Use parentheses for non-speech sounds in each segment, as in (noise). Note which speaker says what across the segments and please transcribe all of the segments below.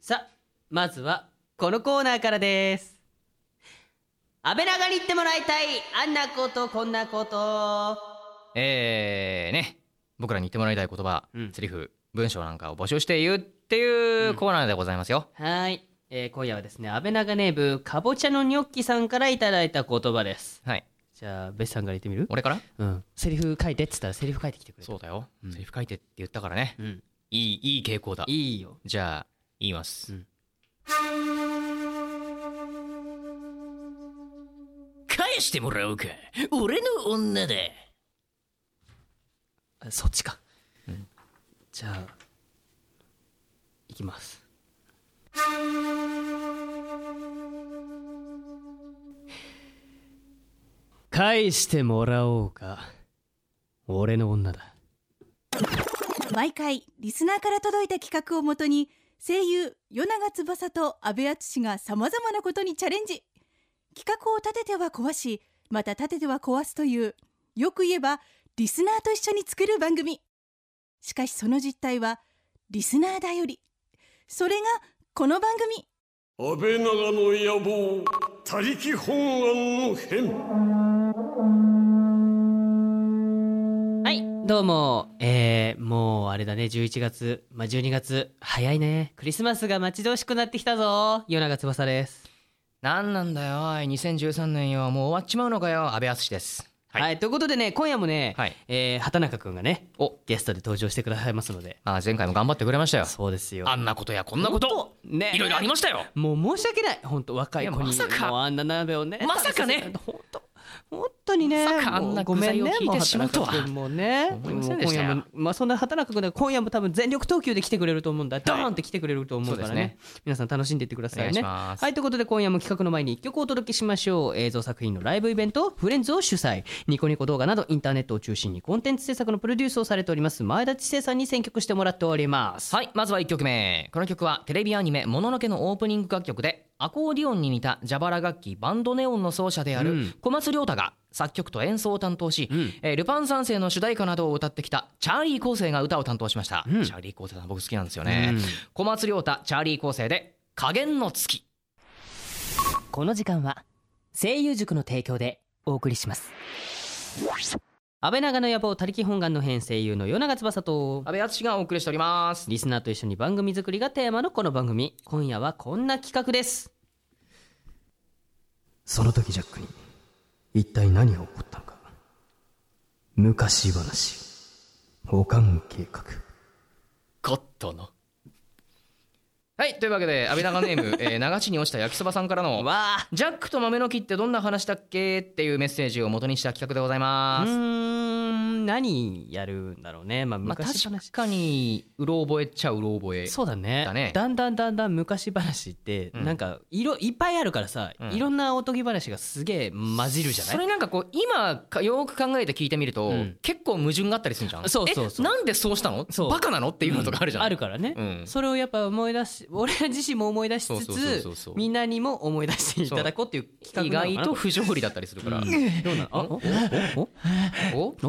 Speaker 1: さあまずはこのコーナーからです安倍長に言ってもらいたいあんなことこんなこと
Speaker 2: えー、ね僕らに言ってもらいたい言葉、
Speaker 1: うん
Speaker 2: セリフ文章なんかを募集して言うっていううんコーナーでございますよ、
Speaker 1: はい、えー今夜はですね安倍長ネーブかぼちゃのニョッキさんからいただいた言葉です
Speaker 2: はい
Speaker 1: じゃあベスさんから言ってみる
Speaker 2: 俺から
Speaker 1: うんセリフ書いてっつったらセリフ書いてきてくれ
Speaker 2: そうだよ、
Speaker 1: うん
Speaker 2: セリフ書いてって言ったからね、
Speaker 1: うん
Speaker 2: いいいい傾向だ
Speaker 1: いいよ
Speaker 2: じゃあ言います、
Speaker 1: うん
Speaker 2: 返してもらおうか俺の女だ
Speaker 1: あそっちか、じゃあいきます返してもらおうか俺の女だ
Speaker 3: 毎回リスナーから届いた企画をもとに声優与永翼と阿部淳がさまざまなことにチャレンジ企画を立てては壊しまた立てては壊すというよく言えばリスナーと一緒に作る番組しかしその実態はリスナーだよりそれがこの番組
Speaker 4: 安倍長の野望他力本願の変
Speaker 1: はいどうもえー、もうあれだね11月まあ12月早いねクリスマスが待ち遠しくなってきたぞ夜長翼です
Speaker 2: なんなんだよおい2013年よもう終わっちまうのかよ安部淳です
Speaker 1: はい、ということでね今夜もね、
Speaker 2: はい
Speaker 1: えー畑中くんがね
Speaker 2: お
Speaker 1: ゲストで登場してくださいますので
Speaker 2: あ前回も頑張ってくれましたよ
Speaker 1: そうですよ
Speaker 2: あんなことやこんなこと
Speaker 1: ね
Speaker 2: いろいろありましたよ
Speaker 1: もう申し訳ない本当若い子に
Speaker 2: いやまさか
Speaker 1: もうあんな鍋をね
Speaker 2: まさかね
Speaker 1: 本当本当にね
Speaker 2: まさかあんな
Speaker 1: もうごめんね
Speaker 2: 具材を引いて
Speaker 1: もう
Speaker 2: しまうとは
Speaker 1: 畑中君もね
Speaker 2: 思いませんで
Speaker 1: もう今
Speaker 2: したよ
Speaker 1: 夜もまあそんな畑中君だから今夜も多分全力投球で来てくれると思うんだ、ドーンって来てくれると思うから
Speaker 2: そう
Speaker 1: ね
Speaker 2: です
Speaker 1: 皆さん楽しんでいってくだ
Speaker 2: お
Speaker 1: さ
Speaker 2: 願
Speaker 1: い
Speaker 2: いし
Speaker 1: ね
Speaker 2: ます、
Speaker 1: はいということで今夜も企画の前に一曲お届けしましょう映像作品のライブイベントフレンズを主催ニコニコ動画などインターネットを中心にコンテンツ制作のプロデュースをされております前田知世さんに選曲してもらっております
Speaker 2: はいまずは1曲目この曲はテレビアニメ「もののけ」のオープニング楽曲でアコーディオンに似た蛇腹楽器バンドネオンの奏者であ
Speaker 1: う
Speaker 2: る
Speaker 1: ん
Speaker 2: 小松亮太が作曲と演奏を担当し、
Speaker 1: うん
Speaker 2: えールパン三世の主題歌などを歌ってきたチャーリー構成が歌を担当しました、
Speaker 1: うん
Speaker 2: チャーリー構成さん僕好きなんですよね、
Speaker 1: うん
Speaker 2: 小松亮太チャーリー構成で「加減の月
Speaker 1: この時間は声優塾の提供でお送りします安倍長の野望他力本願の編声優の与永翼」と
Speaker 2: 阿部淳がお送りしております
Speaker 1: リスナーと一緒に番組作りがテーマのこの番組今夜はこんな企画です
Speaker 5: その時ジャックに一体何が起こったのか昔話保管計画
Speaker 2: カッターなはいというわけで阿部長ネーム、えー流しに落ちた焼きそばさんからの
Speaker 1: わあ
Speaker 2: ジャックと豆の木ってどんな話だっけっていうメッセージを元にした企画でございうます。
Speaker 1: ーん何やるんだろうねまあ
Speaker 2: まあ、
Speaker 1: 昔話、
Speaker 2: 確かにうろ覚えっちゃうろ覚え。
Speaker 1: そうだね
Speaker 2: だね
Speaker 1: んだんだんだん昔話って、
Speaker 2: うん
Speaker 1: なんかいろいっぱいあるからさ、
Speaker 2: うん
Speaker 1: いろんなおとぎ話がすげえ混じるじゃない
Speaker 2: それなんかこう今かよく考えて聞いてみると、
Speaker 1: うん
Speaker 2: 結構矛盾があったりするじゃん
Speaker 1: そうそうそう
Speaker 2: えなんでそうしたの
Speaker 1: そう
Speaker 2: バカなのっていうのとかあるじゃん、
Speaker 1: あるからね、
Speaker 2: うん
Speaker 1: それをやっぱ思い出し俺ら自身も思い出しつ
Speaker 2: そうそうそう
Speaker 1: つ
Speaker 2: そうそう
Speaker 1: みんなにも思い出していただこうっていう
Speaker 2: 意
Speaker 1: 企画な
Speaker 2: 外
Speaker 1: のかな
Speaker 2: と不条理だったりするから、
Speaker 1: これうんどうなのあおおお
Speaker 2: お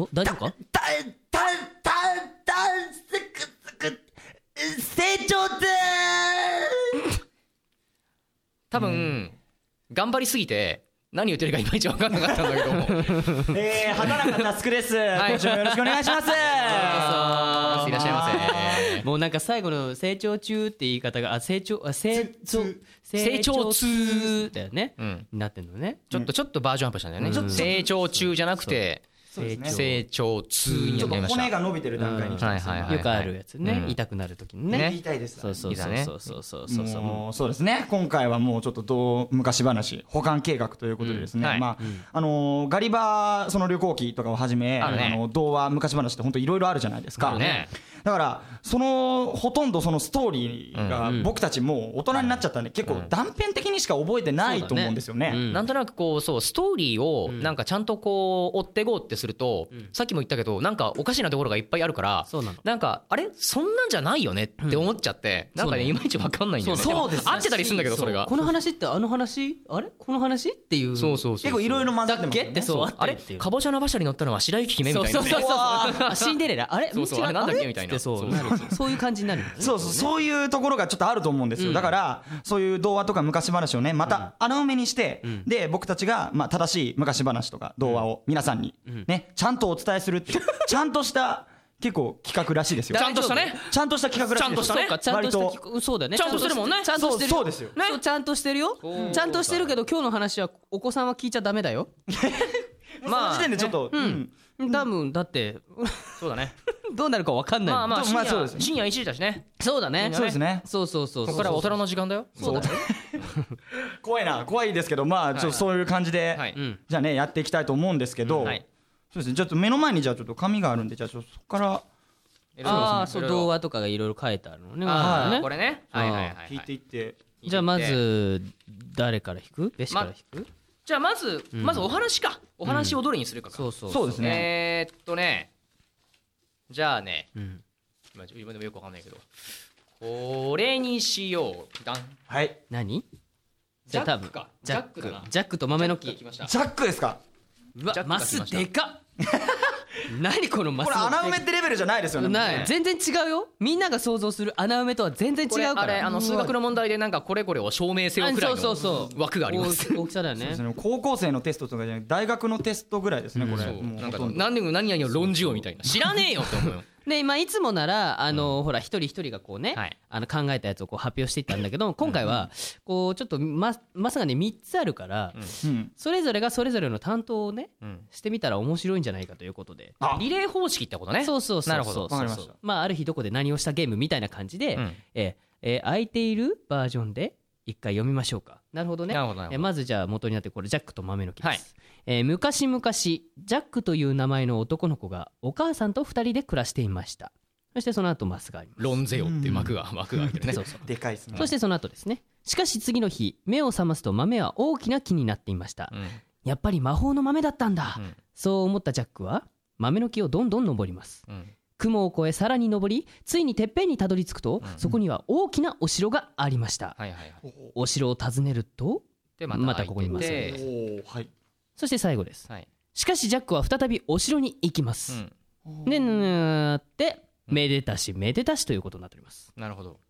Speaker 1: おお大丈夫か
Speaker 6: たたたたすくすく成長で
Speaker 2: 多分、頑張りすぎて何言ってるかいまいち分かんなかったんだけど (laughs) も
Speaker 7: えー、畑中佑です。
Speaker 2: い
Speaker 7: 今週もよろしくお願いします。
Speaker 2: いらっしゃいませ
Speaker 1: もうなんか最後の成長中って言い方があ成長あ成長
Speaker 2: 成長
Speaker 1: 中だよね、
Speaker 2: うん
Speaker 1: なってんのね
Speaker 2: ちょっとちょっとバージョンアップしたんだよね、
Speaker 1: うん
Speaker 2: 成長中じゃなくて
Speaker 7: そうですね。
Speaker 2: 成長痛に
Speaker 7: ちょっ
Speaker 2: なりま
Speaker 7: と
Speaker 2: した
Speaker 7: 骨が伸びてる段階に来てます。
Speaker 2: うんはいはいはい
Speaker 1: よくあるやつね、
Speaker 2: うん
Speaker 1: 痛くなる時にね
Speaker 2: ね
Speaker 7: 言いたいです。
Speaker 1: そうそうそうそうそうそうそうそう
Speaker 7: もうそうですね今回はもうちょっとどう昔話保管計画ということでですね、
Speaker 2: うんはい
Speaker 7: まあ、あのーガリバーその旅行記とかをはじめ
Speaker 2: あ
Speaker 7: あ、
Speaker 2: るね
Speaker 7: の童話昔話って本当いろいろあるじゃないです
Speaker 2: あ
Speaker 7: か、
Speaker 2: るね
Speaker 7: だからそのほとんどそのストーリーが僕たちもう大人になっちゃったんで結構断片的にしか覚えてないと思うんですよね。
Speaker 1: うん
Speaker 2: なんとなくこうそうストーリーをなんかちゃんとこう追っていこうってすすると、さっきも言ったけどなんかおかしなところがいっぱいあるから
Speaker 1: そうなの
Speaker 2: なんかあれそんなんじゃないよねって思っちゃって、なんかねいまいちわかんないんだよね
Speaker 1: そうなの
Speaker 2: でも合ってたりするんだけどそれが
Speaker 1: この話ってあの話あれこの話っていう
Speaker 2: そうそうそう
Speaker 7: 結構いろいろ混ざっ
Speaker 1: だ
Speaker 7: てま
Speaker 1: っ
Speaker 7: す
Speaker 1: け
Speaker 7: よ
Speaker 1: っ
Speaker 7: ね
Speaker 1: てそう
Speaker 2: あれかぼちゃの馬車に乗ったのは白雪姫み
Speaker 1: そう
Speaker 2: たい
Speaker 1: そう
Speaker 2: なね
Speaker 1: そうそうあシンデレラあれ
Speaker 2: そうそう
Speaker 1: 違
Speaker 2: あれなんだっけみたいな
Speaker 1: ってそう
Speaker 2: そう
Speaker 1: なるそういう感じになるんだね
Speaker 7: そうそうそういうところがちょっとあると思うんですよ、だからそういう童話とか昔話をねまた穴埋めにして、で僕たちがまあ正しい昔話とか童話を皆さんにねちゃんとお伝えするっていうちゃんとした結構企画らしいですよ
Speaker 2: ちゃんとしたね
Speaker 7: ちゃんとした企画らしいです
Speaker 2: ちゃんとし
Speaker 1: ち
Speaker 2: たね
Speaker 1: ゃんと
Speaker 7: 割
Speaker 1: し
Speaker 7: と
Speaker 1: た企画そうだよね
Speaker 2: ちゃんとしてるもんね
Speaker 1: ちゃんとしてる
Speaker 7: そうそうですよ
Speaker 1: ねそうちゃんとしてるよちゃんとしてるけど今日の話はお子さんは聞いちゃダメだよ
Speaker 7: まあ時点でちょっと、うん
Speaker 1: 多分だって
Speaker 2: そうだね
Speaker 1: どうなるかわかんない
Speaker 2: まあまあ
Speaker 7: でも
Speaker 2: 深
Speaker 7: まあ
Speaker 2: 夜,、
Speaker 7: そうですね
Speaker 2: 深夜1時だしね
Speaker 1: そうだね
Speaker 7: そうですね
Speaker 1: そうそうそう
Speaker 2: ここからは大人の時間だよそうだね
Speaker 7: 怖いな怖いですけどまあちょっとそういう感じで、
Speaker 2: はい
Speaker 1: うん
Speaker 7: じゃあねやっていきたいと思うんですけど、
Speaker 2: はい
Speaker 7: そうですねちょっと目の前にじゃあちょっと紙があるんでじゃあちょっとそこから
Speaker 1: ああそう童
Speaker 2: 話
Speaker 1: 話とかがいろいろ書いてあるのね
Speaker 2: あ
Speaker 1: ま
Speaker 2: あ
Speaker 1: あ
Speaker 2: ーこ
Speaker 1: ね
Speaker 2: れねはいはいはい
Speaker 7: 聞い
Speaker 2: は
Speaker 7: て
Speaker 2: い
Speaker 7: いって、
Speaker 1: じゃあまず誰から引くべしから引く
Speaker 2: じゃあまずまずお話かお話をどれにするかか
Speaker 1: そうそう
Speaker 7: そうですね、
Speaker 2: えーっとねじゃあね
Speaker 1: うん
Speaker 2: 今自分でもよくわかんないけどこれにしようダン
Speaker 7: はい
Speaker 1: 何
Speaker 2: ジャ
Speaker 1: じゃあ多
Speaker 2: ック
Speaker 1: 分
Speaker 2: か
Speaker 1: ジ
Speaker 2: ジ
Speaker 1: ャ
Speaker 2: ャ
Speaker 1: ッ
Speaker 2: ッ
Speaker 1: ク
Speaker 2: クだな
Speaker 1: ジャックと豆の
Speaker 2: ジャック
Speaker 1: 木
Speaker 2: が来ました
Speaker 7: ジャックですか
Speaker 1: うわ
Speaker 2: ジャック
Speaker 1: マ
Speaker 2: が来ました
Speaker 1: スでかっ (laughs) 何このマス
Speaker 7: こ
Speaker 1: の
Speaker 7: れ穴埋めってレベルじゃないですよね
Speaker 1: ない全然違うよみんなが想像する穴埋めとは全然違
Speaker 2: これ
Speaker 1: うから
Speaker 2: あれあの数学の問題でなんかこれこれを証明せよくら
Speaker 1: そう
Speaker 2: い
Speaker 1: そうそう
Speaker 2: の枠があります
Speaker 1: 大き大きさだよね
Speaker 7: その高校生のテストとかじゃなくて大学のテストぐらいですねこれ、
Speaker 2: そう
Speaker 7: もう
Speaker 2: なん
Speaker 7: ほ
Speaker 2: か
Speaker 7: とんど
Speaker 2: 何々何々を論じようみたいな知らねえよって思うよ
Speaker 1: で今いつもならあの、ほら一人一人がこうね、
Speaker 2: はい
Speaker 1: あの考えたやつをこう発表していったんだけど今回はこうちょっとまマスがね3つあるから、
Speaker 7: うん
Speaker 1: それぞれがそれぞれの担当をね、
Speaker 2: ん
Speaker 1: してみたら面白いんじゃないかということで
Speaker 7: あ
Speaker 2: リレー方式ってことね
Speaker 1: そうそうそうそう
Speaker 2: なるほど
Speaker 1: そうそう
Speaker 7: わかりました
Speaker 1: まあある日どこで何をしたゲームみたいな感じで、
Speaker 2: うん
Speaker 1: えーえー空いているバージョンで一回読みましょうかなるほどね
Speaker 2: なるほどなるほど
Speaker 1: えーまずじゃあ元になってこれジャックと豆の木です、
Speaker 2: はい
Speaker 1: えー昔々ジャックという名前の男の子がお母さんと二人で暮らしていましたそしてその後マスがあります
Speaker 2: 論ぜよっていう幕が幕が開いてるね
Speaker 1: そうそう
Speaker 7: でかいですね
Speaker 1: そしてその後ですねしかし次の日目を覚ますと豆は大きな木になっていました、
Speaker 2: うん
Speaker 1: やっぱり魔法の豆だったんだ、
Speaker 2: うん
Speaker 1: そう思ったジャックは豆の木をどんどん登ります
Speaker 2: うん
Speaker 1: 雲を越えさらに登りついにてっぺんにたどり着くと、
Speaker 2: うん
Speaker 1: そこには大きなお城がありました、
Speaker 2: はいはいはい
Speaker 1: お城を訪ねると
Speaker 2: で
Speaker 1: またここにいます
Speaker 2: 開いてて
Speaker 7: おおはい
Speaker 1: そして最後です
Speaker 2: はい
Speaker 1: しかしジャックは再びお城に行きま
Speaker 2: う
Speaker 1: す、
Speaker 2: ん
Speaker 1: でぬーってめでたしめでたしということになっております
Speaker 2: なるほど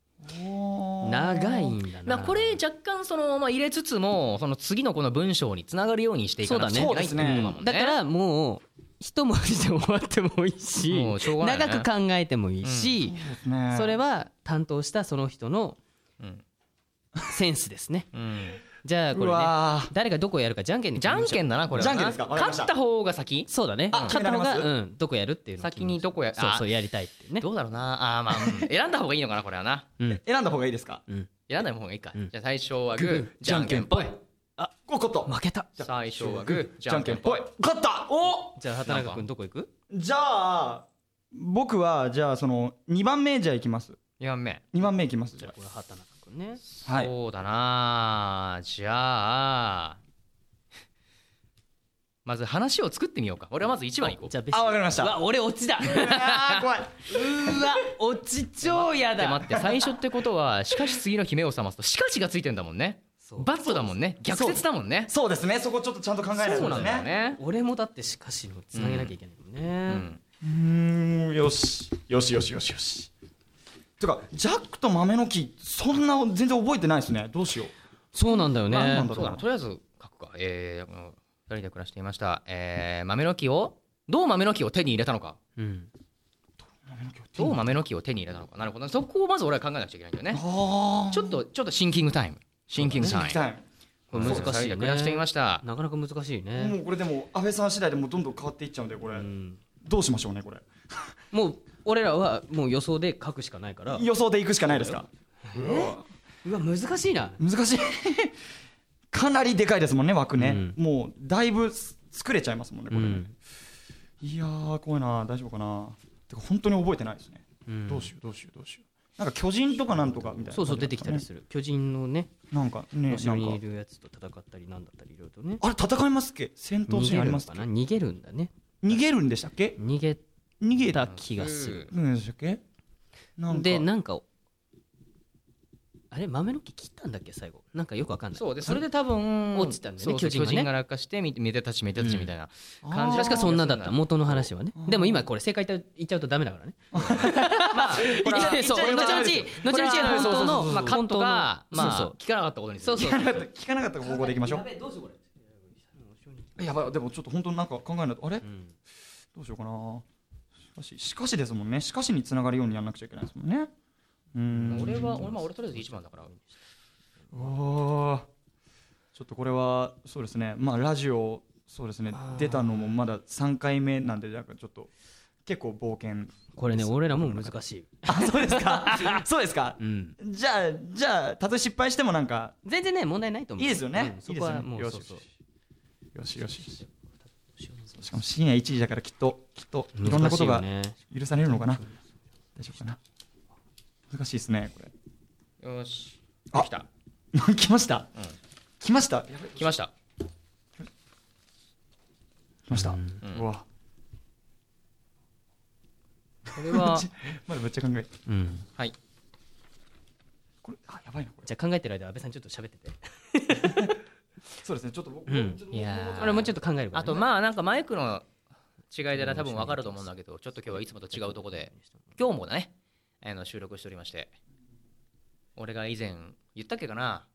Speaker 1: 長いんだ
Speaker 2: ま
Speaker 1: な
Speaker 2: あこれ若干そのまあ入れつつもその次のこの文章につながるようにしていかなくちゃいけないって
Speaker 7: そ
Speaker 2: いううことだ
Speaker 7: だね
Speaker 2: もん
Speaker 1: だ
Speaker 2: ね
Speaker 1: からもう一文字で終わってもいいし
Speaker 2: もうしょうがないね
Speaker 1: 長く考えてもいいし、
Speaker 7: ね
Speaker 1: それは担当したその人の
Speaker 2: うん
Speaker 1: センスですね
Speaker 2: うん
Speaker 1: じゃあこ
Speaker 7: う
Speaker 1: れね
Speaker 7: わ
Speaker 1: 誰がどこやるかじゃんけんで
Speaker 2: じ
Speaker 1: 決め
Speaker 2: ゃん
Speaker 1: ましょう
Speaker 2: けんだなこれはな
Speaker 7: じゃんけんですかわかりました
Speaker 2: 勝った方が先
Speaker 1: そうだね
Speaker 7: あ
Speaker 1: 勝ったのが
Speaker 7: 決めら
Speaker 1: うんどこやるっていうのを
Speaker 2: 先にどこや
Speaker 1: そう
Speaker 2: あ
Speaker 1: そうやりたいっていうね
Speaker 2: どうだろうなあーまあ
Speaker 1: (laughs)
Speaker 2: うん選んだ方がいいのかなこれはな
Speaker 7: ー選んだ方がいいですか
Speaker 2: 選んない方がいいか
Speaker 1: うん
Speaker 2: じゃあ最初はグーじゃんけんぽい
Speaker 7: ここと
Speaker 1: 負けた
Speaker 2: 最初はグーじゃんけんぽ
Speaker 7: ぽ
Speaker 2: い
Speaker 7: い勝ったお
Speaker 1: じゃあ畑中君どこ行く
Speaker 7: じゃあ僕はじゃあその2番目じゃあいきます
Speaker 2: 2番目
Speaker 7: 2番目いきますじゃ
Speaker 1: これ畑中君ね
Speaker 7: あはい
Speaker 2: そうだなじゃあまず話を作ってみようか俺はまず1番いこう
Speaker 1: じゃあ別
Speaker 7: あわかりました
Speaker 1: わ俺落ちだ
Speaker 7: あー怖いう
Speaker 1: わ落ち超や
Speaker 2: で
Speaker 1: だ
Speaker 2: 待って最初ってことはしかし次の姫を覚ますとしかしがついてんだもんね
Speaker 1: そう
Speaker 2: バットだもんね逆説だもんね
Speaker 7: そうですねそこちょっとちゃんと考えないと
Speaker 2: そうなんだよね
Speaker 1: 俺もだってしかしのつなげなきゃいけないもん
Speaker 2: う
Speaker 1: ね
Speaker 2: ん
Speaker 7: うーんよしよしよしよしよしてかジャックと豆の木そんな全然覚えてないですねどうしよう
Speaker 1: そうなんだよ
Speaker 7: まあな
Speaker 1: ね
Speaker 7: んだ
Speaker 2: そうだなとりあえず書くかえーあの二人で暮らしていましたえー豆の木をどう豆の木を手に入れたのか
Speaker 1: うん
Speaker 2: どう豆の木を手に入れたのかなるほどねそこをまず俺は考えなくちゃいけないんだよね
Speaker 7: あ
Speaker 2: ちょっとちょっとシンキングタイムシンキングタイム
Speaker 7: タイ
Speaker 1: これ難
Speaker 2: 二
Speaker 1: し
Speaker 2: 人
Speaker 1: い
Speaker 2: で
Speaker 1: ね
Speaker 2: 暮らしていました
Speaker 1: なかなか難しい
Speaker 7: ムも
Speaker 1: ね
Speaker 7: うこれでも安倍さん次第でもうどんどん変わっていっちゃうんでこれ、
Speaker 1: うん
Speaker 7: どうしましょうねこれ
Speaker 1: もう俺らはもう予想で書くしかないから
Speaker 7: 予想でいくしかないですか
Speaker 1: うわ難しいな
Speaker 7: 難しい (laughs) かなりでかいですもんね枠ね、
Speaker 1: う
Speaker 7: もうだいぶす作れちゃいますもんねこ
Speaker 1: う
Speaker 7: れ、
Speaker 1: ん
Speaker 7: いやー怖いな大丈夫かなてか本当に覚えてないですね、
Speaker 1: うん
Speaker 7: どうしようどうしようどうしようなんか巨人とかなんとかみたいな、
Speaker 1: そうそう出てきたりする巨人のね
Speaker 7: るなんかねなん
Speaker 1: 後ろにい
Speaker 7: か
Speaker 1: るやつと戦ったりなんだったりいろいろとね
Speaker 7: あれ戦いますっけ戦闘
Speaker 1: 逃
Speaker 7: シー
Speaker 1: げ
Speaker 7: ン
Speaker 1: る
Speaker 7: ありま
Speaker 1: の
Speaker 7: すっ
Speaker 1: か
Speaker 7: け
Speaker 1: な逃げるんだね
Speaker 7: 逃げるんでしたっけ
Speaker 1: 逃げ
Speaker 7: 逃げ
Speaker 1: た気がする、
Speaker 7: うんでしたっけなんか
Speaker 1: でなんかあれ豆の木切ったんだっけ最後なんかよくわかんない
Speaker 2: そうでそれで多分
Speaker 1: 落ちたんだよね
Speaker 2: そうそ
Speaker 1: 巨
Speaker 2: う
Speaker 1: 人がね
Speaker 2: 巨人が落下してみめでたちめでたちみたいな感じ
Speaker 1: 確かそんなだった
Speaker 2: も
Speaker 1: 元の話はねでも今これ正解言っちゃうとダメだからね (laughs)
Speaker 2: これ
Speaker 1: 言っ
Speaker 2: は
Speaker 1: ちゃそう後
Speaker 2: 言っちゃ
Speaker 1: 々
Speaker 2: う
Speaker 1: 後々本当
Speaker 2: う
Speaker 1: の
Speaker 2: まあカットが
Speaker 1: 本当の
Speaker 2: ま
Speaker 1: そう
Speaker 2: あ聞かなかったことにす
Speaker 1: そう
Speaker 2: る
Speaker 1: そう
Speaker 7: 聞かなかった方向でいきましょ
Speaker 1: どうしようこれ
Speaker 7: うやばいでもちょっと本当になんか考えないとあれ
Speaker 1: ん
Speaker 7: どうしようかなしかししかしですもんねしかしにつながるようにやんなくちゃいけないですもんねうーん
Speaker 2: 俺は俺まあ俺とりあえず一番だから
Speaker 7: ああちょっとこれはそうですねまあラジオそうですね出たのもまだ3回目なんでなんかちょっと結構冒険
Speaker 1: これね俺らも難しい
Speaker 7: あそうですかそうですか
Speaker 1: うん
Speaker 7: じゃあじゃあたとえ失敗してもなんか
Speaker 1: 全然ね問題ないと思う
Speaker 7: いいですよね
Speaker 1: うん、
Speaker 7: い
Speaker 1: そ
Speaker 7: いで
Speaker 1: こ
Speaker 7: すよ
Speaker 1: は
Speaker 7: ね
Speaker 1: もう
Speaker 7: よ
Speaker 1: そ
Speaker 7: し
Speaker 1: うそう
Speaker 7: よしよししかも深夜1時だからきっときっといろんな
Speaker 1: 難
Speaker 7: こ
Speaker 1: し
Speaker 7: と
Speaker 1: いよ
Speaker 7: が
Speaker 1: ね
Speaker 7: 許されるのかな大丈夫かな難しいですねこれ
Speaker 2: よし
Speaker 7: あ
Speaker 2: 来た
Speaker 7: (laughs) 来ました、来ましたやばい
Speaker 2: 来ました
Speaker 7: 来ました、うわ
Speaker 2: これは
Speaker 7: まだぶっちゃ考え
Speaker 1: うん
Speaker 2: (laughs) はい
Speaker 7: これあやばいなこれ
Speaker 1: じゃあ考えてる間安倍さんちょっと喋ってて
Speaker 7: そうですねちょっと僕、
Speaker 1: うん
Speaker 7: ちょっと
Speaker 2: いや
Speaker 1: 俺もちょっと考えるから
Speaker 2: あとまあなんかマイクの違いでね多分分かると思うんだけどちょっと今日はいつもと違うとこで今日もねあの収録しておりまして俺が以前言ったっけかな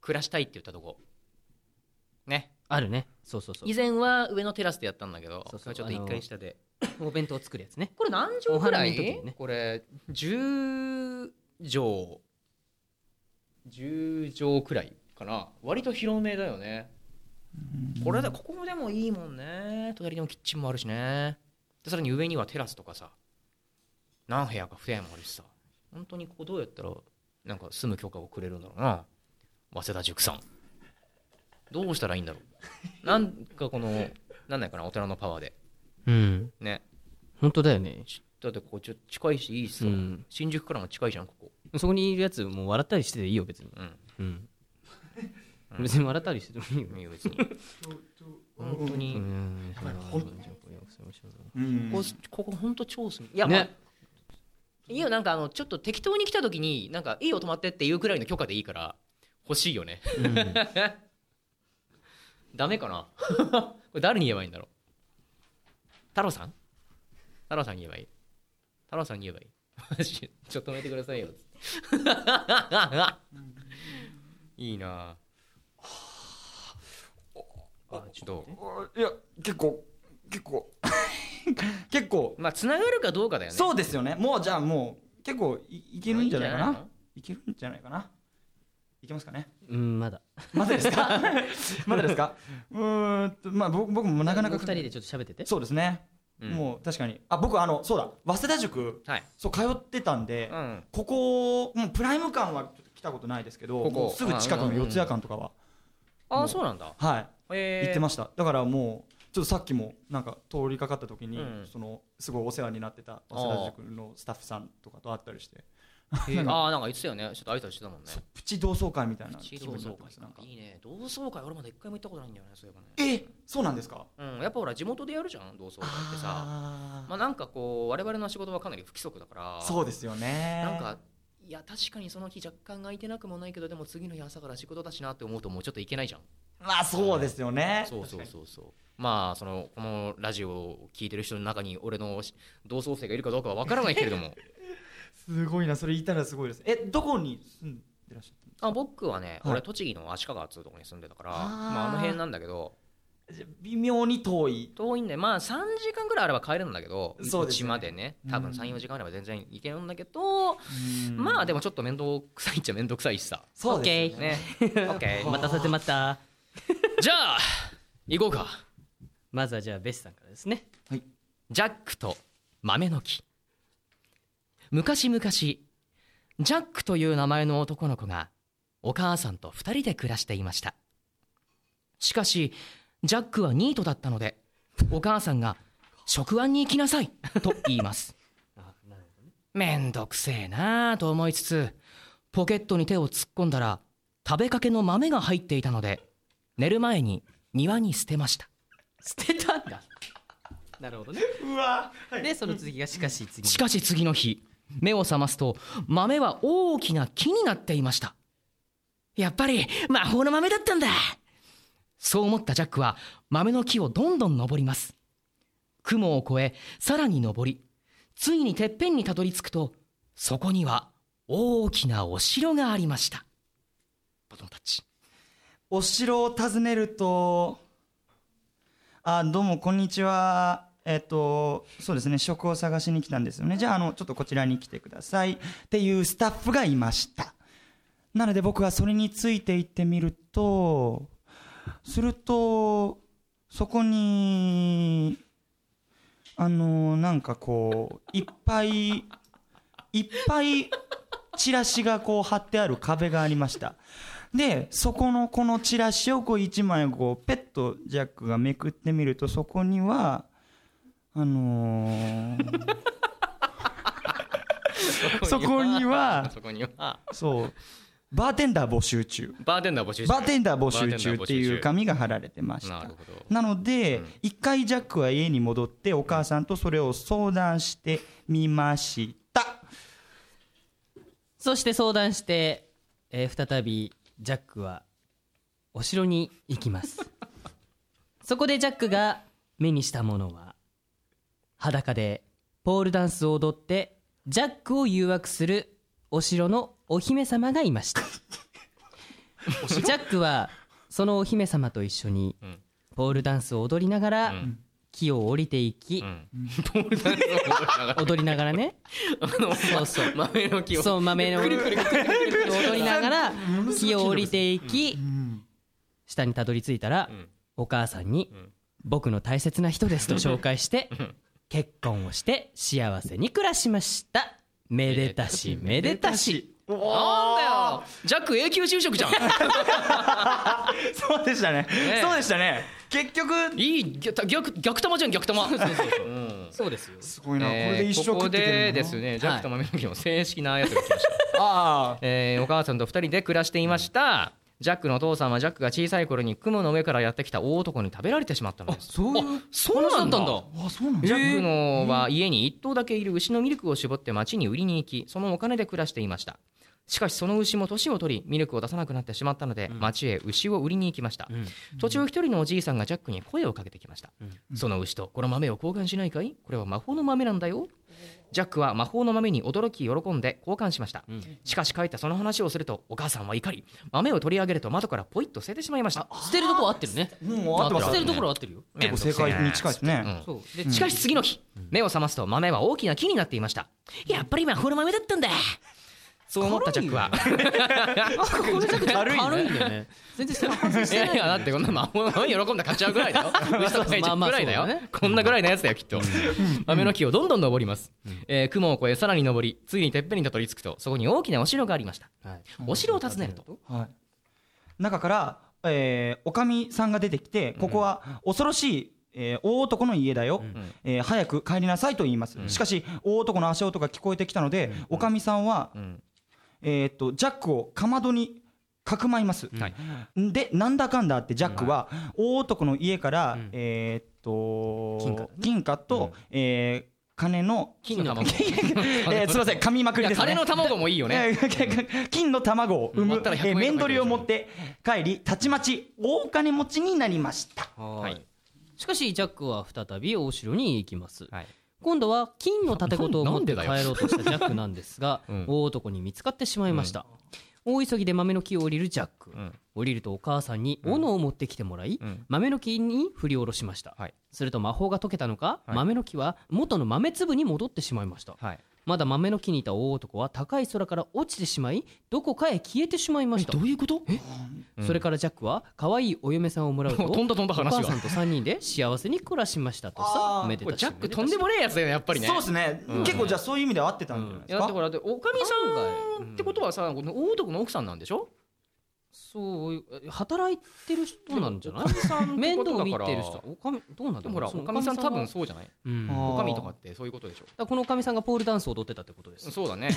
Speaker 2: 暮らしたいって言ったとこね
Speaker 1: あるねそうそうそう
Speaker 2: 以前は上のテラスでやったんだけど
Speaker 1: そうそう
Speaker 2: ちょっと一回下で
Speaker 1: お弁当作るやつね
Speaker 2: これ何畳くら
Speaker 1: お花見の時
Speaker 2: い、
Speaker 1: にね
Speaker 2: これ10畳10畳くらいかな割と広めだよねこれだここもでもいいもんね隣にもキッチンもあるしねでさらに上にはテラスとかさ何部屋か部屋もあるしさ本当にここどうやったらなんか住む許可をくれるんだろうな早稲田塾さんどうしたらいいんだろうなんかこのなんないかな大人のパワーで
Speaker 1: うん
Speaker 2: ね
Speaker 1: 本当だよね
Speaker 2: だってここちょ近いしいいしさ、
Speaker 1: うん
Speaker 2: 新宿からも近いじゃんここ
Speaker 1: そこにいるやつもう笑ったりしてていいよ別に
Speaker 2: うん
Speaker 1: うん別に笑ったりしててもいいよ
Speaker 2: いいよ別に本当に、
Speaker 1: うん
Speaker 7: うん
Speaker 2: ここここ本当超住みいや、
Speaker 1: ね
Speaker 2: まあいいよなんかあのちょっと適当に来た時になんかいいよ泊まってっていうくらいの許可でいいから欲しいよね (laughs) ダメかな (laughs) これ誰に言えばいいんだろう太郎さん太郎さんに言えばいい太郎さんに言えばいい (laughs) マジちょっと止めてください
Speaker 7: (laughs)
Speaker 2: よいいなああちょっと
Speaker 7: いや結構
Speaker 1: (laughs)
Speaker 7: 結構結構
Speaker 2: まあつながるかどうかだよね
Speaker 7: そうですよねもうじゃあもう結構いいけるんじゃないか
Speaker 2: いいんじ
Speaker 7: な
Speaker 2: ゃないの
Speaker 7: いけるんじゃないかないけますかね
Speaker 1: うんまだ
Speaker 7: まだで
Speaker 2: (laughs)
Speaker 7: すかまだですか (laughs) うーんとまあ僕僕もなかなか
Speaker 1: 二人でちょっと喋ってて
Speaker 7: そうですね、
Speaker 2: うん
Speaker 7: もう確かにあ僕あのそうだ早稲田塾
Speaker 2: はい
Speaker 7: そう通ってたんで、
Speaker 2: うん
Speaker 7: ここもうプライム館はちょっと来たことないですけど
Speaker 2: ここ
Speaker 7: もうすぐ近く
Speaker 2: あう
Speaker 7: の
Speaker 2: んうん
Speaker 7: 四谷館とかは、
Speaker 2: ああそうなんだ
Speaker 7: はい
Speaker 2: へえ
Speaker 7: 行ってましただからもうちょっとさっきもなんか通りかかった時に、
Speaker 2: うん
Speaker 7: そのすごいお世話になってた早稲田塾のスタッフさんとかと会ったりして
Speaker 2: へーああなんか言ってたよねちょっと挨拶してたもんね
Speaker 7: そうプチ同窓会みたいな
Speaker 2: 地
Speaker 7: 気
Speaker 2: 域
Speaker 7: 分
Speaker 2: 同
Speaker 7: にな
Speaker 2: 窓
Speaker 7: ってますなんか
Speaker 2: 会いいね同窓会俺まだ一回も行ったことないんだよねそういえばね
Speaker 7: えそうなんですか
Speaker 2: うんやっぱほら地元でやるじゃん同窓会ってさ
Speaker 7: あー
Speaker 2: まあなんかこう我々の仕事はかなり不規則だから
Speaker 7: そうですよね
Speaker 2: なんかいや確かにその日若干空いてなくもないけどでも次の日朝から仕事だしなって思うともうちょっといけないじゃん
Speaker 7: まあそうですよね
Speaker 2: そうそうそうそうまあそのこのラジオを聞いてる人の中に俺の同窓生がいるかどうかは分からないけれど
Speaker 7: (laughs)
Speaker 2: も
Speaker 7: すごいなそれ言ったらすごいですえどこに住んでらっしゃっ
Speaker 2: あ僕はね、
Speaker 7: はい
Speaker 2: 俺栃木の足利っつうとこに住んでたから
Speaker 7: あー
Speaker 2: まあ、あの辺なんだけど
Speaker 7: たじゃあ微妙に遠い
Speaker 2: 遠いんでまあ3時間ぐらいあれば帰れるんだけど
Speaker 7: そうですね
Speaker 2: ちまでね多分
Speaker 7: うん
Speaker 2: 34時間あれば全然行けるんだけど、まあでもちょっと面倒くさいっちゃ面倒くさいしさ
Speaker 7: そうですよ
Speaker 2: ね
Speaker 7: ね (laughs)
Speaker 2: OK
Speaker 1: 待たせてまた
Speaker 2: じゃあ行こうか
Speaker 1: まずはじゃあベスさんからです (laughs) ね
Speaker 2: ジャックと豆の木昔々ジャックという名前の男の子がお母さんと二人で暮らしていましたしかしジャックはニートだったのでお母さんが「食案に行きなさい」と言いますめんどくせえなあと思いつつポケットに手を突っ込んだら食べかけの豆が入っていたので寝る前に庭に捨てました
Speaker 1: 捨てたんだなるほどね
Speaker 7: うわ
Speaker 1: でその続きがしかし次
Speaker 2: しかし次の日目を覚ますと豆は大きな木になっていましたやっぱり魔法の豆だったんだそう思ったジャックは豆の木をどんどん登ります雲を越えさらに登りついにてっぺんにたどり着くとそこには大きなお城がありました子供たち
Speaker 7: お城を訪ねるとあどうもこんにちはえっとそうですね職を探しに来たんですよねじゃああのちょっとこちらに来てくださいっていうスタッフがいましたなので僕はそれについて行ってみるとするとそこにあのなんかこういっぱいいっぱいチラシがこう貼ってある壁がありましたでそこのこのチラシをこう1枚こうペットジャックがめくってみるとそこにはあのー (laughs) そこには
Speaker 2: そこには
Speaker 7: そうバーテンダー募集中
Speaker 2: バーテンダー募集中
Speaker 7: バーテンダー募集中っていう紙が貼られてまし
Speaker 2: な
Speaker 7: た
Speaker 2: るほど
Speaker 7: なので、一回ジャックは家に戻ってお母さんとそれを相談してみました (laughs)
Speaker 1: そして相談して、えー再びジャックはお城に行きます (laughs) そこでジャックが目にしたものは裸でポールダンスを踊ってジャックを誘惑するお城のお姫様がいました
Speaker 2: (laughs)
Speaker 1: ジャックはそのお姫様と一緒に
Speaker 2: ん
Speaker 1: ポールダンスを踊りながら
Speaker 2: ん
Speaker 1: 木を降りていき、
Speaker 2: うん (laughs) ポールダンスを踊り
Speaker 1: 踊りな
Speaker 2: ながら
Speaker 1: がらねそうそう
Speaker 2: (laughs) 豆の木を
Speaker 1: そう豆の踊りながら木を降りていき下にたどり着いたら
Speaker 2: ん
Speaker 1: お母さんに
Speaker 2: ん
Speaker 1: 「僕の大切な人です」と紹介して結婚をして幸せに暮らしましためでたしめでたし
Speaker 2: なんだよジャック永久就 (laughs) 職じゃん
Speaker 7: そうでしたね
Speaker 2: え
Speaker 7: そうでしたね結局
Speaker 2: いい逆逆逆玉じゃん逆玉うん
Speaker 1: そうですよ
Speaker 7: すごいな、
Speaker 2: えー
Speaker 7: これで一生
Speaker 2: こ
Speaker 7: 食
Speaker 2: こ
Speaker 7: っていけ
Speaker 2: で
Speaker 7: るの
Speaker 2: ですねジャックと豆の木の正式なやつが来ました
Speaker 7: (laughs) ああ
Speaker 2: えーお母さんと2人で暮らしていましたジャックのお父さんはジャックが小さい頃に雲の上からやってきた大男に食べられてしまったのです
Speaker 7: そういう
Speaker 2: そうなんだ
Speaker 7: あそうなん
Speaker 2: ジャックのは家に1頭だけいる牛のミルクを絞って町に売りに行きそのお金で暮らしていましたしかしその牛も年を取りミルクを出さなくなってしまったので、町へ牛を売りに行きました、途中一人のおじいさんがジャックに声をかけてきました、その牛とこの豆を交換しないかいこれは魔法の豆なんだよジャックは魔法の豆に驚き喜んで交換しました、しかし帰ったその話をするとお母さんは怒り豆を取り上げると窓からポイッと捨ててしまいました
Speaker 1: 捨てるとこは合ってるね
Speaker 7: もう合ってます
Speaker 1: 捨てるところは合ってるよ
Speaker 7: 結構正解に近いですね
Speaker 2: うん
Speaker 1: そう
Speaker 2: しかし次の日、目を覚ますと豆は大きな木になっていました。やっぱり今、ホルマ豆だったんだそう思ったジャックは。
Speaker 1: 軽いんだよね全然反省し
Speaker 2: い
Speaker 1: て
Speaker 2: や
Speaker 1: ない
Speaker 2: いや、だってこんな魔法の豆喜んだ買っちゃうぐらいだよ。嘘ついちゃうぐらいだよ
Speaker 1: まあまあそうだね。
Speaker 2: こんなぐらいのやつだよ、きっと。豆の木をどんどん登ります。えー雲を越え、さらに登り、ついにてっぺんにたどり着くと、そこに大きなお城がありました。
Speaker 1: はい
Speaker 2: お城を訪ねると。
Speaker 7: はい、中から、えー、おかみさんが出てきて、ここは恐ろしい、えー大男の家だよ、えー早く帰りなさいと言います、しかし大男の足音が聞こえてきたので、おかみさんは、
Speaker 2: ん
Speaker 7: えーっとジャックをかまどにかくまいます、
Speaker 2: はい
Speaker 7: でなんだかんだあってジャックは大男の家から、
Speaker 1: ん
Speaker 7: えーっと
Speaker 1: 金貨ね
Speaker 7: 金貨と、えー金の、
Speaker 2: 金の卵。
Speaker 7: (laughs) えーすいません紙まく
Speaker 2: い
Speaker 7: り
Speaker 2: や
Speaker 7: ですね
Speaker 2: 金の卵もいい
Speaker 7: (laughs)
Speaker 2: よね。
Speaker 7: 金の卵を産む、
Speaker 2: 割ったら100
Speaker 7: えー
Speaker 2: 円
Speaker 7: 面取りを持って帰りたちまち大金持ちになりました
Speaker 1: は
Speaker 2: はいい
Speaker 1: しかしジャックは再びお城に行きます
Speaker 2: はい
Speaker 1: 今度は金の盾事を持って帰
Speaker 2: なんでだ
Speaker 1: ろうとしたジャックなんですが、
Speaker 2: うん
Speaker 1: 大男に見つかってしまいました、大急ぎで豆の木を降りるジャック、
Speaker 2: ん
Speaker 1: 降りるとお母さんに斧を持ってきてもらい、
Speaker 2: うん
Speaker 1: 豆の木に振り下ろしました、
Speaker 2: はい
Speaker 1: すると魔法が解けたのか、
Speaker 2: はい
Speaker 1: 豆の木は元の豆粒に戻ってしまいました、
Speaker 2: はい。
Speaker 1: まだ豆の木にいた大男は高い空から落ちてしまいどこかへ消えてしまいました
Speaker 2: ういうことえ
Speaker 1: それからジャックは可愛いお嫁さんをもら
Speaker 2: (laughs)
Speaker 1: うと
Speaker 2: 飛んだ飛んだ話が
Speaker 1: お母さんと3人で幸せに暮らしましたとさ
Speaker 7: あー
Speaker 1: めで
Speaker 2: これ
Speaker 1: たし
Speaker 2: ジャックとん
Speaker 1: め
Speaker 2: で
Speaker 1: でたし
Speaker 2: もねえやつだよね、やっぱりね。
Speaker 7: そうですね、結構じゃあそういう意味では合ってたんじゃない
Speaker 2: い
Speaker 7: です
Speaker 2: やだってほ
Speaker 7: から
Speaker 2: でおかみ
Speaker 1: 案
Speaker 2: さ
Speaker 1: 外
Speaker 2: んってことはさこの大男の奥さんなんでしょ
Speaker 1: そうえ働いてる人なんじゃない
Speaker 2: おかみさんって
Speaker 1: 面
Speaker 2: こと
Speaker 1: 倒
Speaker 2: だ
Speaker 1: 見
Speaker 2: か
Speaker 1: て
Speaker 2: ら
Speaker 1: る人おかみどうなん
Speaker 2: で
Speaker 1: だ
Speaker 2: も
Speaker 1: ろうそ
Speaker 2: ほら
Speaker 1: の
Speaker 2: おかみさん多分
Speaker 1: は
Speaker 2: そうじゃない
Speaker 1: うんだ
Speaker 7: あ
Speaker 1: か
Speaker 7: ー
Speaker 2: おかみとかってそういうことでしょ
Speaker 1: らこのおかみさんがポールダンスを踊ってたってことです
Speaker 2: そうだね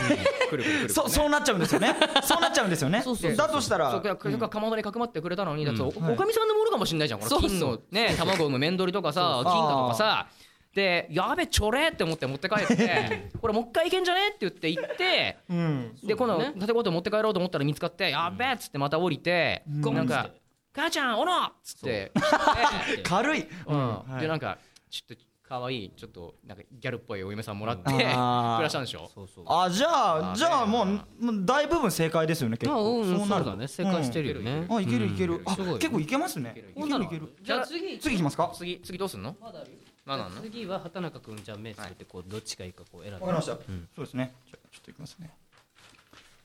Speaker 2: くるくるくるくるね
Speaker 7: そうそうなっちゃうんですよねそうなっちゃうんですよね
Speaker 1: そうそうそう
Speaker 7: だとしたら
Speaker 2: そうかそれがかまどにかくまってくれたのにだっておお
Speaker 7: はい
Speaker 2: かみさんのものかもしれないじゃんこの
Speaker 1: そうそう
Speaker 2: 金のね卵産む面取りとかさ
Speaker 7: そう
Speaker 2: 金貨とかさでやべちょれって思って持って帰ってこれもう一回いけんじゃねって言って行って
Speaker 7: うん
Speaker 2: で今度建てごと持って帰ろうと思ったら見つかってやべっつってまた降りて
Speaker 7: ゴン
Speaker 2: なんか「母ちゃんおろ!」っつって来て
Speaker 7: 軽い
Speaker 2: (laughs) うん
Speaker 7: はい
Speaker 2: でなんかちょっと可愛いちょっとなんかギャルっぽいお嫁さんもらって
Speaker 7: うん
Speaker 2: 暮
Speaker 7: あー
Speaker 2: らしたんでしょ
Speaker 1: そうそう
Speaker 7: あじゃ
Speaker 2: あ
Speaker 7: あ
Speaker 2: ー
Speaker 7: じゃあ
Speaker 2: ね
Speaker 7: もうもう大部分正解ですよね結
Speaker 1: まあ
Speaker 7: 構
Speaker 1: うんそう
Speaker 7: なる
Speaker 1: だね正解してるよね
Speaker 7: うんあいけるいけるあ
Speaker 1: すごい
Speaker 7: 結構いけますねい
Speaker 1: こん
Speaker 7: け
Speaker 1: な
Speaker 7: る
Speaker 1: の
Speaker 7: いける
Speaker 1: じゃあ次
Speaker 7: 次いきますか
Speaker 2: 次次どうすんの
Speaker 1: まだあるよ
Speaker 2: 何なの
Speaker 1: 次は畑中君じゃあ目つけてこうどっちがいいかこう選ん
Speaker 7: わかりま
Speaker 1: で
Speaker 7: したそうですねじゃあちょっといきますね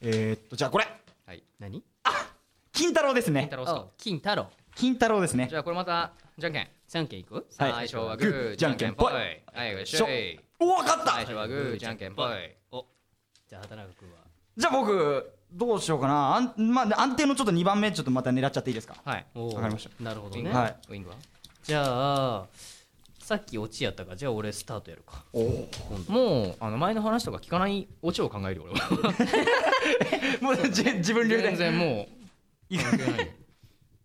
Speaker 7: えーっとじゃあこれ
Speaker 2: はい
Speaker 1: 何
Speaker 7: 金太郎ですね
Speaker 2: 金太郎さん
Speaker 1: あ金太郎
Speaker 7: 金太郎ですね
Speaker 2: じゃあこれまたじゃんけん
Speaker 1: じゃんけんいく
Speaker 7: はい
Speaker 2: 最初はグーじゃんけんぽいはいよいしょい
Speaker 7: おわかっ
Speaker 2: 最
Speaker 7: た
Speaker 2: 初はグーじゃんけんぽい
Speaker 1: おじゃあ畑中君は
Speaker 7: じゃあ僕どうしようかなあん、まあ、安定のちょっと2番目ちょっとまた狙っちゃっていいですか
Speaker 2: はい
Speaker 1: おー
Speaker 7: わかりまし
Speaker 1: なるほ
Speaker 2: ウィ
Speaker 1: ど
Speaker 2: ング
Speaker 1: ね
Speaker 2: は、
Speaker 7: はい
Speaker 2: ウィングは
Speaker 1: じゃあさっき落ちやったからじゃあ俺スタートやるか
Speaker 7: おお
Speaker 2: もうあの前の話とか聞かないオチを考えるよ俺は
Speaker 7: もうじ自分流
Speaker 2: 全
Speaker 7: で
Speaker 2: 然もう
Speaker 7: いか
Speaker 2: 関係 (laughs) ない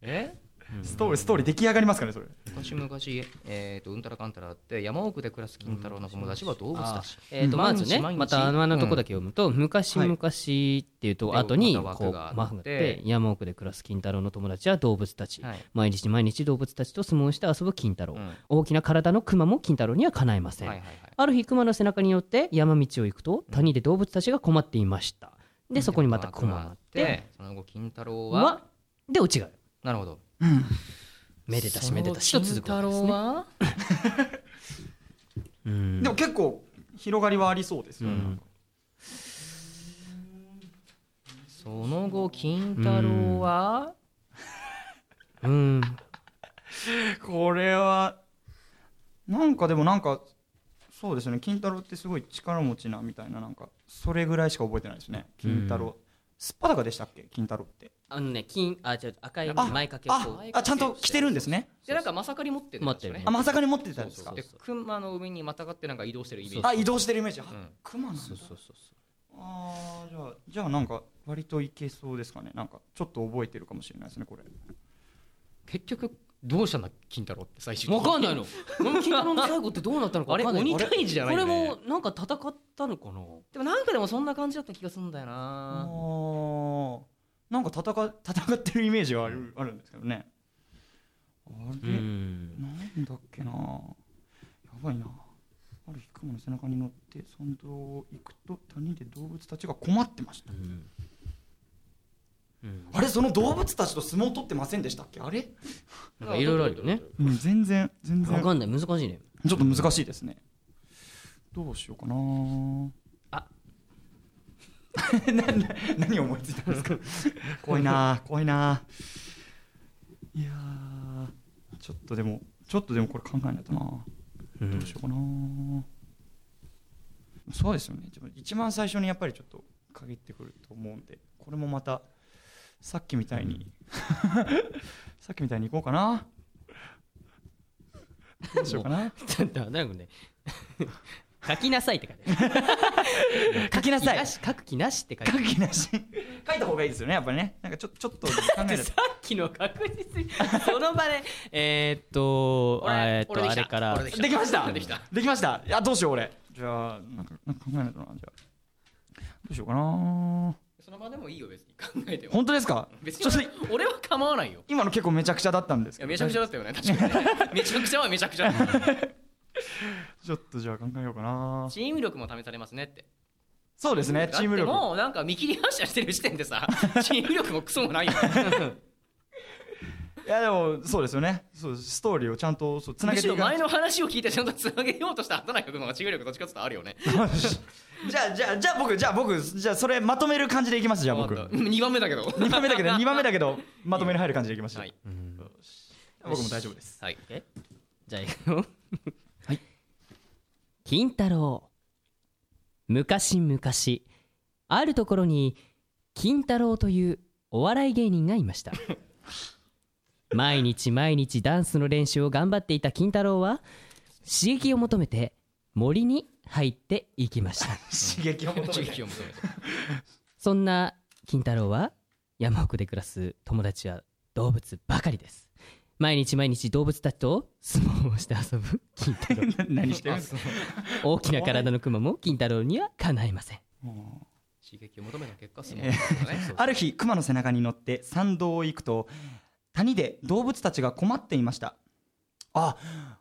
Speaker 2: え
Speaker 7: ストーリーストーリー出来上がりますかねそれ
Speaker 2: 昔々、えー、とうんたらかんたらあって山奥で暮らす金太郎の友達は動物たち、
Speaker 1: えー、とま
Speaker 2: 毎
Speaker 1: ず
Speaker 2: 日
Speaker 1: ね
Speaker 2: 毎日
Speaker 1: またあのあのとこだけ読むと、昔
Speaker 7: はい
Speaker 1: 々っていうと
Speaker 2: で
Speaker 1: 後に
Speaker 2: また枠
Speaker 1: こう
Speaker 2: があって
Speaker 1: マフがあって山奥で暮らす金太郎の友達は動物たち、
Speaker 2: はい
Speaker 1: 毎日毎日動物たちと相撲をして遊ぶ金太郎、
Speaker 2: うん
Speaker 1: 大きな体の熊も金太郎にはかないません、
Speaker 2: はいはいはい
Speaker 1: ある日熊の背中に乗って山道を行くと谷で動物たちが困っていましたでそこにまた
Speaker 2: で
Speaker 1: 困って
Speaker 2: その後金太郎は
Speaker 1: はで落ちがある
Speaker 2: なるほど
Speaker 1: めでたしめでたしと続くわけで
Speaker 2: 金
Speaker 1: す
Speaker 2: 太郎
Speaker 1: ね
Speaker 2: は
Speaker 1: うん
Speaker 7: でも結構広がりはありそうですよ、ねなんか
Speaker 2: その後金太郎は
Speaker 1: うん
Speaker 7: これはなんかでもなんかそうですね金太郎ってすごい力持ちなみたいななんかそれぐらいしか覚えてないですね金太郎、すっぱだかでしたっけ金太郎って
Speaker 1: あのね金あ違う赤い
Speaker 7: あ
Speaker 1: 前掛けをこ
Speaker 7: あ
Speaker 1: う
Speaker 7: あちゃんと着てるんですね
Speaker 2: でなんかまさかり持ってるんですよ
Speaker 1: 持
Speaker 2: ね
Speaker 1: って
Speaker 7: あまさかに持ってたんですか
Speaker 2: で熊の上にまたがってなんか移動してるイメージ
Speaker 7: あ移動してるイメージあ
Speaker 2: うん
Speaker 7: 熊なんだ
Speaker 1: そうそうそうそう
Speaker 7: あーじゃあじゃあなんか割といけそうですかねなんかちょっと覚えてるかもしれないですねこれ
Speaker 2: 結局どうしたんだ金太郎って最終
Speaker 1: わかん
Speaker 2: ない
Speaker 1: ないの。金太郎の最後ってどうなったのか
Speaker 2: あ
Speaker 1: わ
Speaker 2: れ
Speaker 1: かんない。
Speaker 2: 鬼退治じゃない
Speaker 1: こ
Speaker 2: よ
Speaker 1: れ
Speaker 2: ね
Speaker 1: もなんか戦ったのかな。
Speaker 2: でもなんかでもそんな感じだった気がするんだよ
Speaker 7: あ
Speaker 2: な
Speaker 7: ーなんか戦戦ってるイメージはあるあるんですけどねあれ、
Speaker 1: ん。
Speaker 7: なんだっけなやばいなある日雲の背中に乗って山道を行くと谷で動物たちが困ってましたあれその動物たちと相撲取ってませんでしたっけあれ、
Speaker 1: なんかいろいろあるよね。
Speaker 7: うん、全然全
Speaker 1: わ
Speaker 7: 然
Speaker 1: かんない。難しいね。 (laughs)
Speaker 7: ちょっと難しいですねどうしようかな
Speaker 1: あ
Speaker 7: (laughs) なな何を思いついたんですか怖いな怖いないやーちょっとでもちょっとでもこれ考えないとなどうしようかな、そうですよねでも一番最初にやっぱりちょっと限ってくると思うんでこれもまたさっきみたいに (laughs) さっきみたいにいこうかなどうしようかな
Speaker 1: ちょっとなんかね。書きなさいって書いてあ (laughs) る。書きな
Speaker 7: さい
Speaker 1: 書く気なしって書いてあ
Speaker 7: 書
Speaker 1: る。
Speaker 7: きなし書いた方がいいですよねやっぱりねなんかちょちょっと考える
Speaker 1: さっきの確実にその場でえーっとあえーっと
Speaker 2: 俺で
Speaker 1: あ
Speaker 2: きた
Speaker 1: れから
Speaker 2: 俺で
Speaker 7: (laughs) できました
Speaker 2: できた
Speaker 7: できましたいやどうしよう俺じゃあなんかなんか考えないとなじゃあどうしようかな
Speaker 2: その場でもいいよ別に考えても
Speaker 7: 本当ですか
Speaker 2: 別
Speaker 7: ちょっと
Speaker 2: に俺は構わないよ
Speaker 7: 今の結構めちゃくちゃだったんです
Speaker 2: い
Speaker 7: け
Speaker 2: や
Speaker 7: ど
Speaker 2: めちゃくちゃだったよ (laughs) ね確かにねめちゃくちゃはめちゃくちゃ (laughs)
Speaker 7: ちょっとじゃあ考えようかな
Speaker 2: チーム力も試されますねって
Speaker 7: そうですねチーム力
Speaker 2: だってもうなんか見切り発車してる時点で (laughs) さチーム力もクソも (laughs) ないよ
Speaker 7: いやでもそうですよねそうですストーリーをちゃんとそうつな
Speaker 2: む
Speaker 7: げ
Speaker 2: して
Speaker 7: い
Speaker 2: ろ
Speaker 7: かない
Speaker 2: 前
Speaker 7: と
Speaker 2: の話を聞いてちゃんとつなげようとした畑中君の方がチーム力どっちかっていうとあるよね
Speaker 7: じゃあじゃあじゃあ僕じゃあ僕じゃあそれまとめる感じでいきますじゃあ僕
Speaker 2: あ
Speaker 7: 2
Speaker 2: 2番目だけど2 (laughs)
Speaker 7: 番目だけど2番目だけどまとめに入る感じでいきます
Speaker 2: はい
Speaker 7: 僕も大丈夫です
Speaker 2: はい
Speaker 1: じゃあいくよ。はい。金太郎。昔々、あるところに、金太郎というお笑い芸人がいま
Speaker 7: (laughs)
Speaker 1: した。毎日毎日ダンスの練習を頑張っていた金太郎は、刺激を求めて森に入っていきました。
Speaker 7: 刺激を求
Speaker 2: 刺
Speaker 7: めて
Speaker 2: 激を求めて
Speaker 1: そんな金太郎は山奥で暮らす友達は動物ばかりです。毎日毎日動物たちと相撲をして遊ぶ金太 (laughs) 郎
Speaker 7: (laughs) 何してるんですか
Speaker 1: 大きな体のクマも金太郎にはかないません
Speaker 2: 刺激を求めた結果相撲だった (laughs) ね
Speaker 7: ある日熊の背中に乗って山道を行くと谷で動物たちが困っていましたあ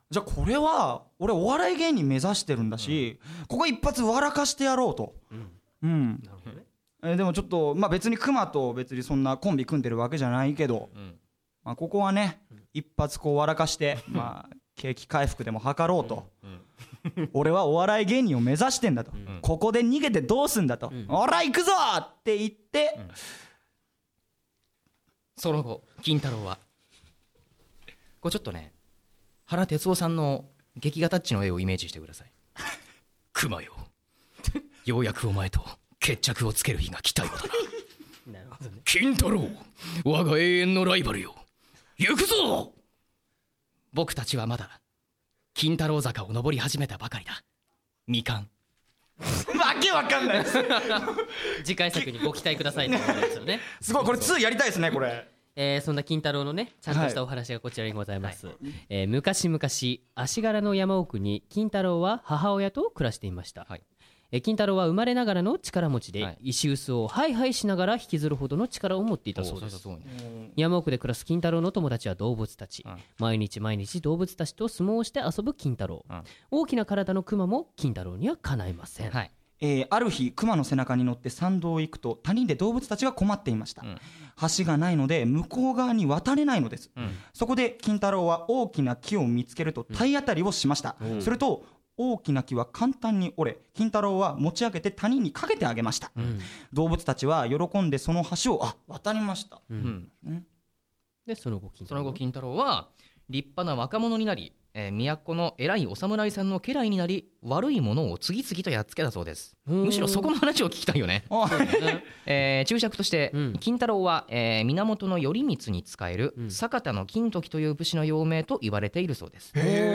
Speaker 7: じゃあこれは俺お笑い芸人目指してるんだし、ここ一発笑かしてやろうとうん、
Speaker 2: なるほどね
Speaker 7: えーでもちょっとまあ別に熊と別にそんなコンビ組んでるわけじゃないけど、
Speaker 2: うん
Speaker 7: まあ、ここはね一発こう笑かしてまあ景気回復でも図ろうと、俺はお笑い芸人を目指してんだと、
Speaker 2: ん
Speaker 7: ここで逃げてどうすんだと、おら行くぞって言って、
Speaker 2: その後金太郎はこれちょっとね原哲夫さんの劇画タッチの絵をイメージしてください熊よようやくお前と決着をつける日が来たようだな
Speaker 1: なるほどね
Speaker 2: 金太郎我が永遠のライバルよ行くぞ僕たちはまだ金太郎坂を登り始めたばかりだみかん
Speaker 7: わけわかんないです
Speaker 1: 次回作にご期待くださいということですよね
Speaker 7: すごいこれ2やりたいですねこれ
Speaker 1: (laughs) えーそんな金太郎のねちゃんとしたお話がこちらにございます、えー昔々足柄の山奥に金太郎は母親と暮らしていました、
Speaker 2: はい
Speaker 1: えー金太郎は生まれながらの力持ちで、
Speaker 2: はい
Speaker 1: 石臼をハイハイしながら引きずるほどの力を持っていたそうです
Speaker 2: ごいね
Speaker 1: 山奥で暮らす金太郎の友達は動物たち、
Speaker 2: うん
Speaker 1: 毎日毎日動物たちと相撲をして遊ぶ金太郎、
Speaker 2: うん
Speaker 1: 大きな体のクマも金太郎にはかないません、
Speaker 2: はい
Speaker 7: えーある日熊の背中に乗って山道を行くと谷で動物たちが困っていました、
Speaker 2: うん
Speaker 7: 橋がないので向こう側に渡れないのです、そこで金太郎は大きな木を見つけると体当たりをしました、すると大きな木は簡単に折れ金太郎は持ち上げて谷にかけてあげました、
Speaker 1: ん
Speaker 7: 動物たちは喜んでその橋をあ渡りました
Speaker 1: う
Speaker 2: うんん
Speaker 1: でその後金
Speaker 2: そ
Speaker 1: 太
Speaker 2: の
Speaker 1: 郎
Speaker 2: 後金太郎は立派な若者になり、えー都の偉いお侍さんの家来になり悪いものを次々とやっつけたそうです
Speaker 1: ん
Speaker 2: むしろそこの話を聞きたいよね
Speaker 7: あ
Speaker 2: えー注釈として、
Speaker 1: うん
Speaker 2: 金太郎は、えー源頼光に仕える、
Speaker 1: うん
Speaker 2: 坂田の金時という武士の幼名と言われているそうです。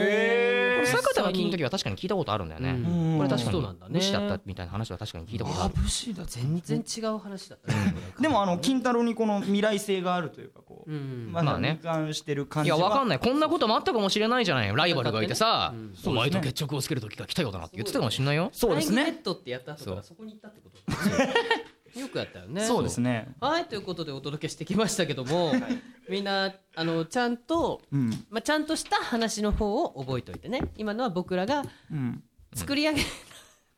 Speaker 7: へ
Speaker 1: ー
Speaker 2: 坂田の金時は確かに聞いたことあるんだよね。
Speaker 1: うん
Speaker 2: これ確か
Speaker 1: そう
Speaker 2: に
Speaker 1: なんだね
Speaker 2: 武士だったみたいな話は確かに聞いたことある。
Speaker 7: 武士だ
Speaker 1: 全然違う話だったね
Speaker 7: でもあの金太郎にこの未来性があるというかこう、
Speaker 1: うん
Speaker 7: ま
Speaker 2: ま
Speaker 7: だ
Speaker 2: あね
Speaker 7: 罹患してる
Speaker 2: い
Speaker 7: 感じ
Speaker 2: や
Speaker 7: は
Speaker 2: わかんないこんなこともあったかもしれないじゃないライバルがいてさ、
Speaker 1: うん
Speaker 2: お前と決着をつける時が来たようだなって言ってたかもしれないよ
Speaker 7: そうです
Speaker 1: フライング
Speaker 7: ね
Speaker 1: ネットってやった後からそこに行ったってことよくやったよね
Speaker 7: そうですね
Speaker 1: はいということでお届けしてきましたけども、みんなあのちゃんと、
Speaker 7: うん
Speaker 1: まあ、ちゃんとした話の方を覚えておいてね今のは僕らが
Speaker 7: うん
Speaker 1: 作り上げ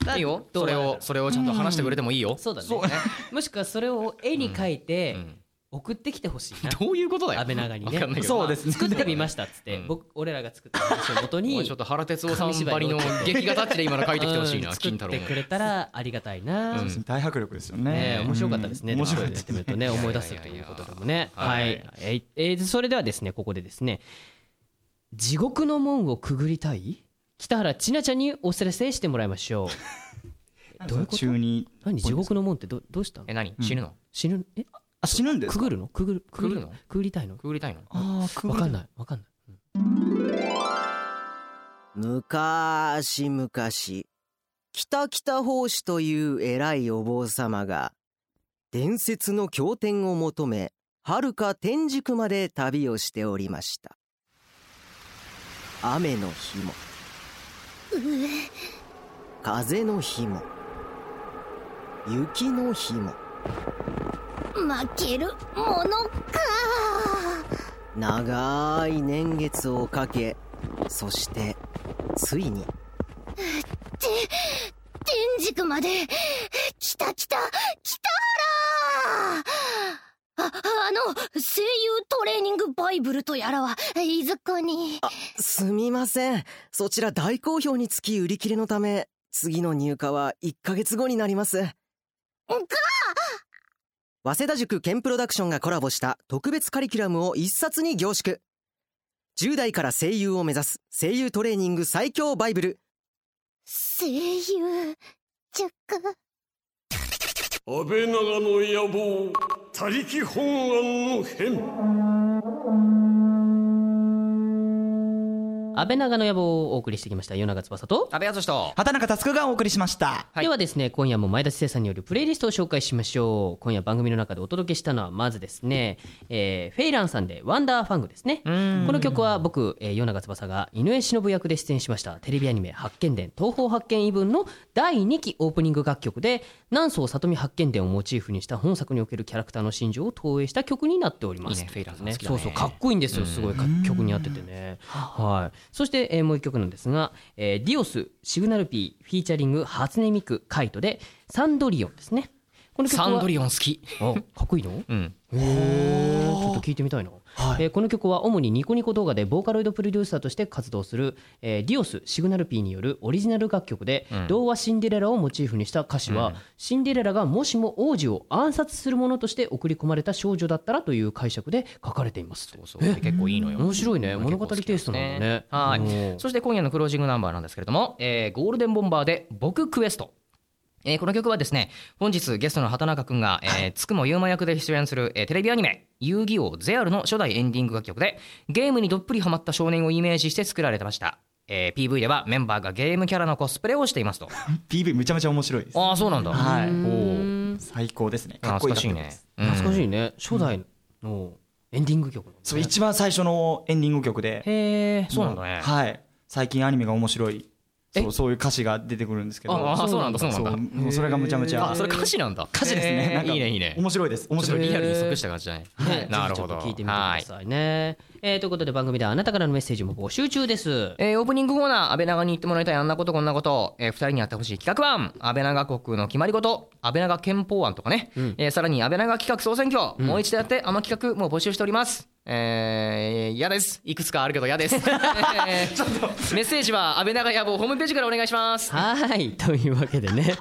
Speaker 1: た、
Speaker 2: いいよ
Speaker 1: 動画
Speaker 2: それ
Speaker 1: だから
Speaker 2: をそれをちゃんと話してくれてもいいよ、
Speaker 1: そうだね
Speaker 7: そうね
Speaker 1: もしくはそれを絵に描いて、
Speaker 2: うん
Speaker 1: 送ってきてほしいな
Speaker 2: (laughs) どういうことだよ
Speaker 1: 安倍長に
Speaker 2: わかんない
Speaker 1: ね
Speaker 2: けど
Speaker 7: そうですね
Speaker 1: 作ってみましたっつって、
Speaker 2: うん
Speaker 1: 僕俺らが作った話をもと
Speaker 2: (laughs) お
Speaker 1: に
Speaker 2: いちょっと原哲夫さんばりの劇画タッチで今の書いてきてほしいな、
Speaker 1: うん
Speaker 2: 金太郎
Speaker 1: 作ってくれたらありがたいな、
Speaker 2: うん
Speaker 7: 大迫力ですよね
Speaker 1: ねえ面白かったですね。
Speaker 7: うん面白いで
Speaker 1: やっ
Speaker 7: す
Speaker 1: てみるとね、思い出すということでもね。はい。えいえーそれではですね、ここでですね、地獄の門をくぐりたい北原千奈ちゃんにお知らせしてもらいまし (laughs) ょう。どういうこと
Speaker 7: 中に
Speaker 1: 何地獄の門ってどどうしたの
Speaker 2: え何死ぬの、
Speaker 1: 死ぬえ
Speaker 7: あ死ぬんで
Speaker 1: くぐるのくぐるくぐ
Speaker 2: く
Speaker 1: る
Speaker 2: ぐるの
Speaker 1: くぐりたいの
Speaker 2: くぐりたいの
Speaker 7: ああ
Speaker 1: わかん
Speaker 7: ない
Speaker 1: ないわかんない。
Speaker 8: むかーしむかし、北北法師という偉いお坊様が、伝説の経典を求め、遥か天竺まで旅をしておりました。雨の日も、風の日も、雪の日も、
Speaker 9: 負けるものか
Speaker 8: 長い年月をかけ、そして、ついに、
Speaker 9: 天竺まで来た来た北原ああの声優トレーニングバイブルとやらはいずこに
Speaker 8: すみません。そちら大好評につき売り切れのため、次の入荷は1ヶ月後になります。早稲田塾兼プロダクションがコラボした特別カリキュラムを一冊に凝縮。10代から声優を目指す声優トレーニング最強バイブル。
Speaker 9: 声優塾
Speaker 4: 安倍長の野望他力本願の変
Speaker 1: 安倍長の野望をお送りしてきました夜長翼と、
Speaker 2: 安倍敦と
Speaker 7: 畑中佑がお送りしました
Speaker 2: はい
Speaker 1: ではですね今夜も前田知世さんによるプレイリストを紹介しましょう今夜番組の中でお届けしたのはまずですね、えーフェイランさんで「ワンダーファング」ですねこの曲は僕、えー、与永翼が井上忍役で出演しましたテレビアニメ「発見伝東方発見異聞」の第2期オープニング楽曲で南宋里見発見伝をモチーフにした本作におけるキャラクターの心情を投影した曲になっております
Speaker 2: いいねフェイランさん
Speaker 1: ね
Speaker 2: 好きだ
Speaker 1: そう
Speaker 2: ね
Speaker 1: そうかっこいいんですよすごいか曲に合っててねはいそして、えーもう一曲なんですが、えーディオスシグナル P フィーチャリング初音ミクカイトでサンドリオンですねこの曲は
Speaker 2: サンドリオン好き
Speaker 1: あかっこいいの
Speaker 2: うん
Speaker 1: へーちょっと聞いてみたいな、えーこの曲は主にニコニコ動画でボーカロイドプロデューサーとして活動する、えーディオスシグナル P によるオリジナル楽曲で、童話「シンデレラ」をモチーフにした歌詞は、シンデレラがもしも王子を暗殺するものとして送り込まれた少女だったらという解釈で書かれています
Speaker 2: そうそう結構いいのよ
Speaker 1: 面白いね物語
Speaker 2: 結構好き
Speaker 1: テイストなんだね
Speaker 2: は
Speaker 1: う
Speaker 2: い
Speaker 1: ん
Speaker 2: そして今夜のクロージングナンバーなんですけれども、えーゴールデンボンバーで僕クエストえーこの曲はですね本日ゲストの畑中くんが、えー、つくもゆうま役で出演する、えーテレビアニメ「遊戯王ゼアル」の初代エンディング楽曲でゲームにどっぷりハマった少年をイメージして作られてました、えー PV ではメンバーがゲームキャラのコスプレをしていますと
Speaker 7: PV めちゃめちゃ面白いです
Speaker 2: ああそうなんだ
Speaker 7: はい
Speaker 2: おお
Speaker 7: 最高ですねかっこい
Speaker 2: 懐
Speaker 7: い
Speaker 2: かしい
Speaker 7: 楽曲で
Speaker 2: ね
Speaker 7: す
Speaker 1: 懐か
Speaker 2: い
Speaker 1: しいね初代のエンディング曲なんだね
Speaker 7: そう一番最初のエンディング曲で
Speaker 2: へえそうなんだね
Speaker 7: はい最近アニメが面白い
Speaker 2: え
Speaker 7: そうそういう歌詞が出てくるんですけど
Speaker 2: ああそうなんだそうなんだ
Speaker 7: そうもうそれがむちゃむちゃ
Speaker 2: あそれ歌詞なんだ
Speaker 7: 歌詞です
Speaker 2: へ
Speaker 7: ね
Speaker 2: ー
Speaker 7: なんか
Speaker 2: いいねいいね
Speaker 7: 面白いです面
Speaker 2: ちょっ
Speaker 7: 白
Speaker 2: と
Speaker 7: い
Speaker 2: リアルに
Speaker 1: へー
Speaker 2: 即した感じだね。
Speaker 1: ね
Speaker 2: なるほ
Speaker 1: ぜひちょっと聞
Speaker 2: ど。
Speaker 1: いてみてくだ
Speaker 2: はい
Speaker 1: さいね。えーということで番組ではあなたからのメッセージも募集中です。
Speaker 2: えーオープニングコーナー、安倍長に言ってもらいたいあんなことこんなこと、えー、2人にやってほしい企画案、安倍長国の決まり事、安倍長憲法案とかね、えーさらに安倍長企画総選挙、もう一度やって、あの企画もう募集しております。えー、嫌です。いくつかあるけど嫌 (laughs) です。えーメッセージは安倍長野望ホームページからお願いします。
Speaker 1: はーい (laughs) というわけで
Speaker 2: (laughs)
Speaker 1: ね、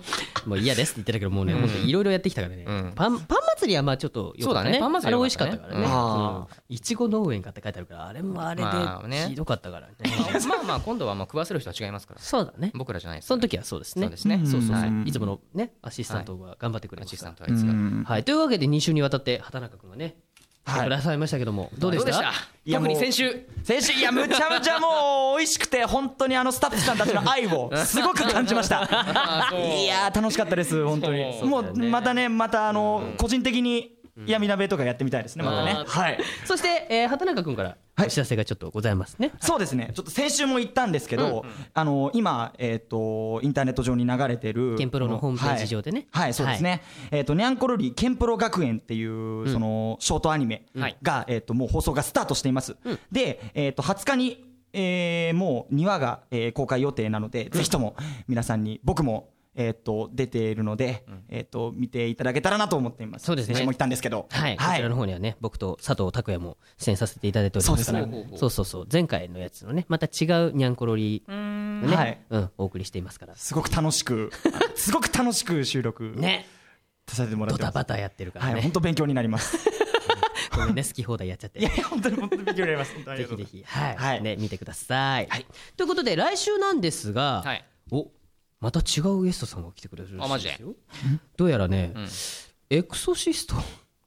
Speaker 1: もう嫌ですって言ってたけど、もうね、本当いろいろやってきたからね、パンパン祭りはまあちょっと良かった
Speaker 2: そうだねパン祭り
Speaker 1: あれ美味
Speaker 2: は良
Speaker 1: し
Speaker 2: か
Speaker 1: か
Speaker 2: っ
Speaker 1: ったた
Speaker 2: ね
Speaker 1: からね、うんいちご農園かって書いてあるから、あれもあれ
Speaker 2: まあ
Speaker 1: で
Speaker 2: ね
Speaker 1: ひどかったからね、
Speaker 2: まあまあ、今度はもう食わせる人は違いますから、
Speaker 1: そうだね、
Speaker 2: 僕らじゃないです
Speaker 1: そ
Speaker 2: から。
Speaker 1: の時はそうですね、
Speaker 2: そうですね。そうそうそう。
Speaker 1: いつものね、アシスタントが頑張ってくれ
Speaker 2: ア
Speaker 1: ま
Speaker 2: シ
Speaker 1: し
Speaker 2: ス
Speaker 1: た
Speaker 2: タン。トはいつが。
Speaker 1: はい、というわけで2週にわたって畑中君がね、来てくださいましたけども、どうでした
Speaker 7: いや
Speaker 2: 特に
Speaker 7: もう
Speaker 2: 先週。
Speaker 7: 先週いやむちゃむちゃもう美味しくて本当にあのスタッフさんたちの愛 (laughs) をすごく感じました (laughs) いやー楽しかったです本当にもうまたねまたあの個人的に闇鍋とかやってみたいですねまたねはい
Speaker 1: そして、えー畑中君からお知らせがちょっとございますね。
Speaker 7: そうですねちょっと先週も言ったんですけどあの今えっとインターネット上に流れてる
Speaker 1: ケンプロのホームページ上でね
Speaker 7: はいはいそうですねえっとニャンコロリケンプロ学園っていうそのショートアニメ
Speaker 2: はい
Speaker 7: がえっともう放送がスタートしていますでえっと20日にえーもう2話がえー公開予定なのでぜひとも皆さんに僕もえっと出ているのでえっと見ていただけたらなと思っています
Speaker 1: そうですね
Speaker 7: 先週も言ったんですけど
Speaker 1: はい、こちらの方にはね僕と佐藤拓也も出演させていただいておりますから
Speaker 7: そ
Speaker 1: そうう,、
Speaker 7: です
Speaker 1: そうそう前回のやつのねまた違うニャンコロリのね
Speaker 7: はい
Speaker 1: うん、お送りしていますから
Speaker 7: すごく楽しくすごく楽しく収録
Speaker 1: ね
Speaker 7: させてもらっ
Speaker 1: ド
Speaker 7: てま
Speaker 1: タ
Speaker 7: す
Speaker 1: バタやってるから
Speaker 7: はい、
Speaker 1: ね
Speaker 7: 本、当勉強になります。
Speaker 1: ごめんね好き放題やっちゃって
Speaker 7: いやいや、本当に (laughs) 本当に勉強になります。本当にあり
Speaker 1: ぜ
Speaker 7: が
Speaker 1: ひ
Speaker 7: とう
Speaker 1: ぜ
Speaker 7: ござい
Speaker 1: ひはい、
Speaker 7: はい
Speaker 1: ね見てください、ということで来週なんですが、
Speaker 2: はい
Speaker 1: おまた違うゲストさんが来てくれるらしい
Speaker 2: あマジ
Speaker 1: ですよどうやらね、エクソシスト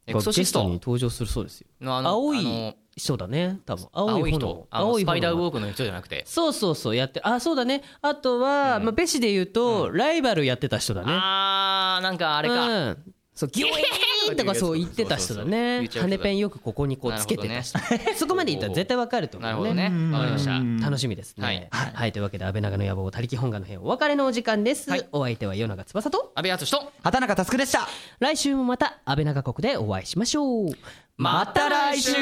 Speaker 2: エ
Speaker 1: が
Speaker 2: クソ
Speaker 1: ゲ
Speaker 2: シ
Speaker 1: ス
Speaker 2: スト
Speaker 1: トに登場するそうですよ
Speaker 2: のあの
Speaker 1: 青
Speaker 2: あ
Speaker 1: い
Speaker 2: の
Speaker 1: 人だね多分
Speaker 2: 青
Speaker 1: 青
Speaker 2: い
Speaker 1: い
Speaker 2: 人
Speaker 1: 炎
Speaker 2: あの
Speaker 1: 青い
Speaker 2: スパイダーウ
Speaker 1: 炎
Speaker 2: ォークの人じゃなくて
Speaker 1: そうそうそうやってあそうだねあとは、まあ、ベシで言うと、ライバルやってた人だね
Speaker 2: あーなんかあ
Speaker 1: あ
Speaker 2: れか、
Speaker 1: うん、そうギョイーンとかそう言ってた人だ
Speaker 2: そう
Speaker 1: ね
Speaker 2: そうそう
Speaker 1: 羽ペンよくここにこうつけてた人、そこまで言ったら絶対わかると思
Speaker 2: な
Speaker 1: う
Speaker 2: るほ
Speaker 1: ね
Speaker 2: どねわかりました
Speaker 1: 楽しみですね、
Speaker 2: は
Speaker 1: はいいというわけで安倍長の野望他力本願の編お別れのお時間です、お相手は与永翼と
Speaker 2: 安倍敦と
Speaker 7: ます畑中佑でした。
Speaker 1: 来週もまた安倍長国でお会いしましょう
Speaker 2: また来
Speaker 1: 週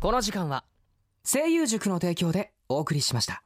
Speaker 2: この時間は
Speaker 10: 声優塾の提供でお送りしました。